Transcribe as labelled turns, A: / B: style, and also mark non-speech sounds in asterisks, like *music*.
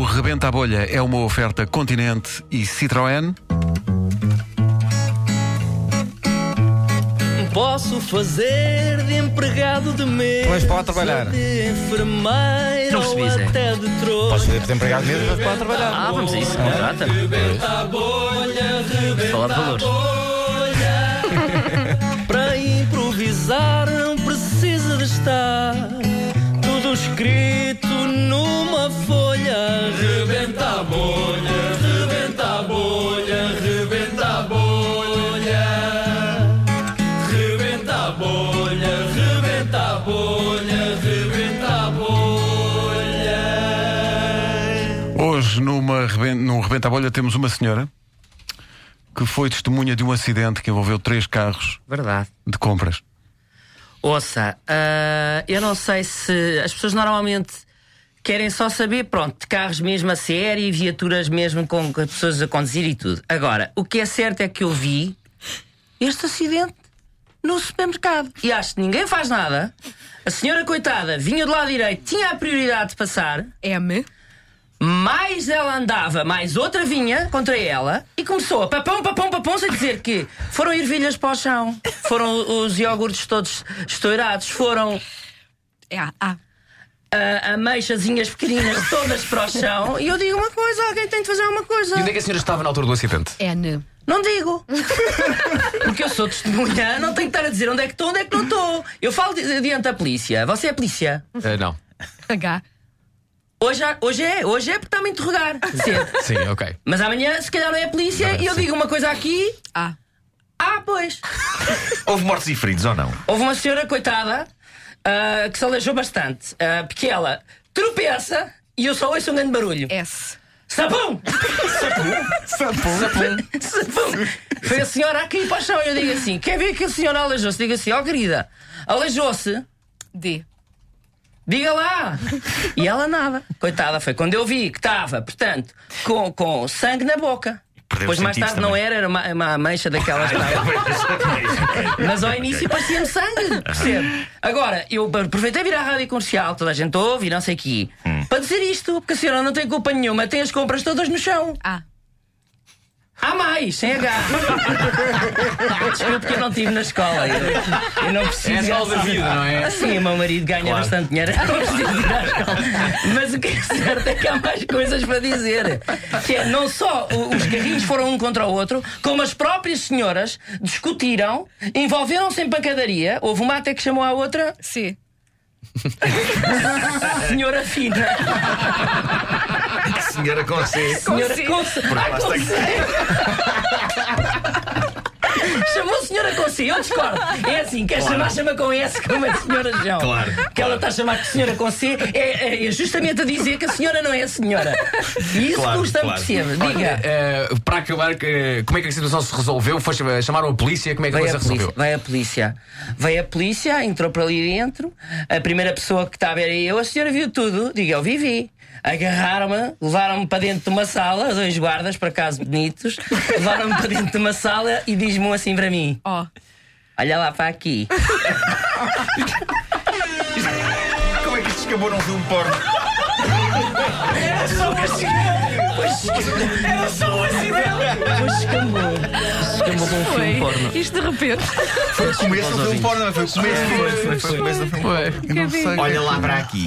A: Rebenta a Bolha é uma oferta Continente e Citroën.
B: Posso fazer de empregado de mesa
C: Mas pode trabalhar.
B: ou De enfermeiro
D: Não percebi,
B: ou
D: Zé.
B: até de
C: Posso
B: trouxa
C: fazer desempregado mesmo, mas pode trabalhar.
D: Ah, vamos a isso, contrata. Falar de valores.
B: *laughs* Para improvisar não precisa de estar Tudo escrito numa folha Rebenta a bolha, rebenta a bolha, rebenta a bolha Rebenta a bolha, rebenta a bolha, rebenta a bolha
A: Hoje, numa, reben- num Rebenta a Bolha, temos uma senhora que foi testemunha de um acidente que envolveu três carros
D: Verdade.
A: de compras.
D: Ouça, ah, eu não sei se as pessoas normalmente querem só saber, pronto, de carros mesmo a sério e viaturas mesmo com com pessoas a conduzir e tudo. Agora, o que é certo é que eu vi este acidente no supermercado e acho que ninguém faz nada. A senhora coitada vinha do lado direito, tinha a prioridade de passar.
E: M.
D: mais ela andava, mais outra vinha contra ela e começou a papão, papão, papão, sem dizer que foram ervilhas para o chão, foram os iogurtes todos estourados, foram
E: É A. A.
D: ah, ameixazinhas pequeninas todas para o chão. E eu digo uma coisa: alguém tem de fazer uma coisa.
F: E onde é que a senhora estava na altura do acidente?
E: N.
D: Não digo. *laughs* Porque eu sou testemunha, não tenho que estar a dizer onde é que estou, onde é que não estou. Eu falo di- diante da polícia. Você é polícia?
F: Eh, não.
E: H.
D: Hoje, há- hoje é, hoje é porque está-me a interrogar. Sim.
F: Sim, ok.
D: Mas amanhã, se calhar, não é a polícia e eu digo uma coisa aqui.
E: A.
D: Ah, pois.
G: *laughs* Houve mortos e feridos ou não?
D: Houve uma senhora coitada ah, que se aleijou bastante, ah, porque ela tropeça e eu só ouço um grande barulho.
E: S.
D: Sapão! Sapão! Foi a senhora aqui para o chão e eu digo assim: quer ver que a senhora aleijou-se? Diga assim: ó querida, aleijou-se,
E: D.
D: diga lá! E ela nada. Coitada, foi quando eu vi que estava, portanto, com, com sangue na boca.
G: Perdeu
D: Depois
G: os
D: mais tarde
G: sentidos
D: não
G: também.
D: era, era uma, uma mancha daquelas.
G: *laughs*
D: Mas ao início parecia-me sangue, percebe? Agora, eu aproveitei a vir à rádio comercial, toda a gente ouve e não sei o quê,
G: Hum.
D: para dizer isto, porque a senhora não tem culpa nenhuma, tem as compras todas no chão.
E: A.
D: Há mais, sem
F: *laughs*
D: H. Ah, Desculpe que eu não estive na escola. Eu, eu não preciso.
F: É a escola da vida, não é?
D: Assim, o meu marido ganha bastante dinheiro. *laughs* eu Não preciso ir à escola. Mas o que é certo é que há mais coisas para dizer. Que é, não só o- os carrinhos foram um contra o outro, como as próprias senhoras discutiram, envolveram-se em pancadaria. Houve uma até que chamou a outra
E: C.
D: *laughs* senhora fina.
G: Senhora com C.
D: Senhora
E: Conce-
D: Conce. Ah,
G: lá está
D: Conce.
G: *laughs*
D: Chamou a senhora Conce, eu discordo. É assim, quer chamar, chama com S, como a senhora João.
G: Claro,
D: Que ela está a chamar de senhora Conce, é, é- é justamente a dizer que a senhora não é a senhora. E isso
G: Claro,
D: custa-me
G: claro.
D: perceber.
F: Olha,
D: Diga.
F: eh, para acabar, que- como é que a situação se resolveu? Foi, cham- chamaram a polícia? Como é que a
D: Vai
F: coisa
D: a, polícia,
F: resolveu?
D: vai a polícia. Vai a polícia, entrou para ali dentro. A primeira pessoa que estava era eu, a senhora viu tudo. Digo, eu vivi. Agarraram-me, levaram-me para dentro de uma sala, dois guardas, por acaso bonitos, *laughs* levaram-me para dentro de uma sala e diz-me um assim para mim:
E: O.
D: Olha lá para aqui.
G: Como é que isto escapou num filme porno?
D: Pois escambou. Escambou com um filme porno.
E: Isto de repente.
G: Foi o começo do filme porno, não é? Foi o começo do filme. Foi o começo do filme.
F: Ué.
G: Olha lá para aqui.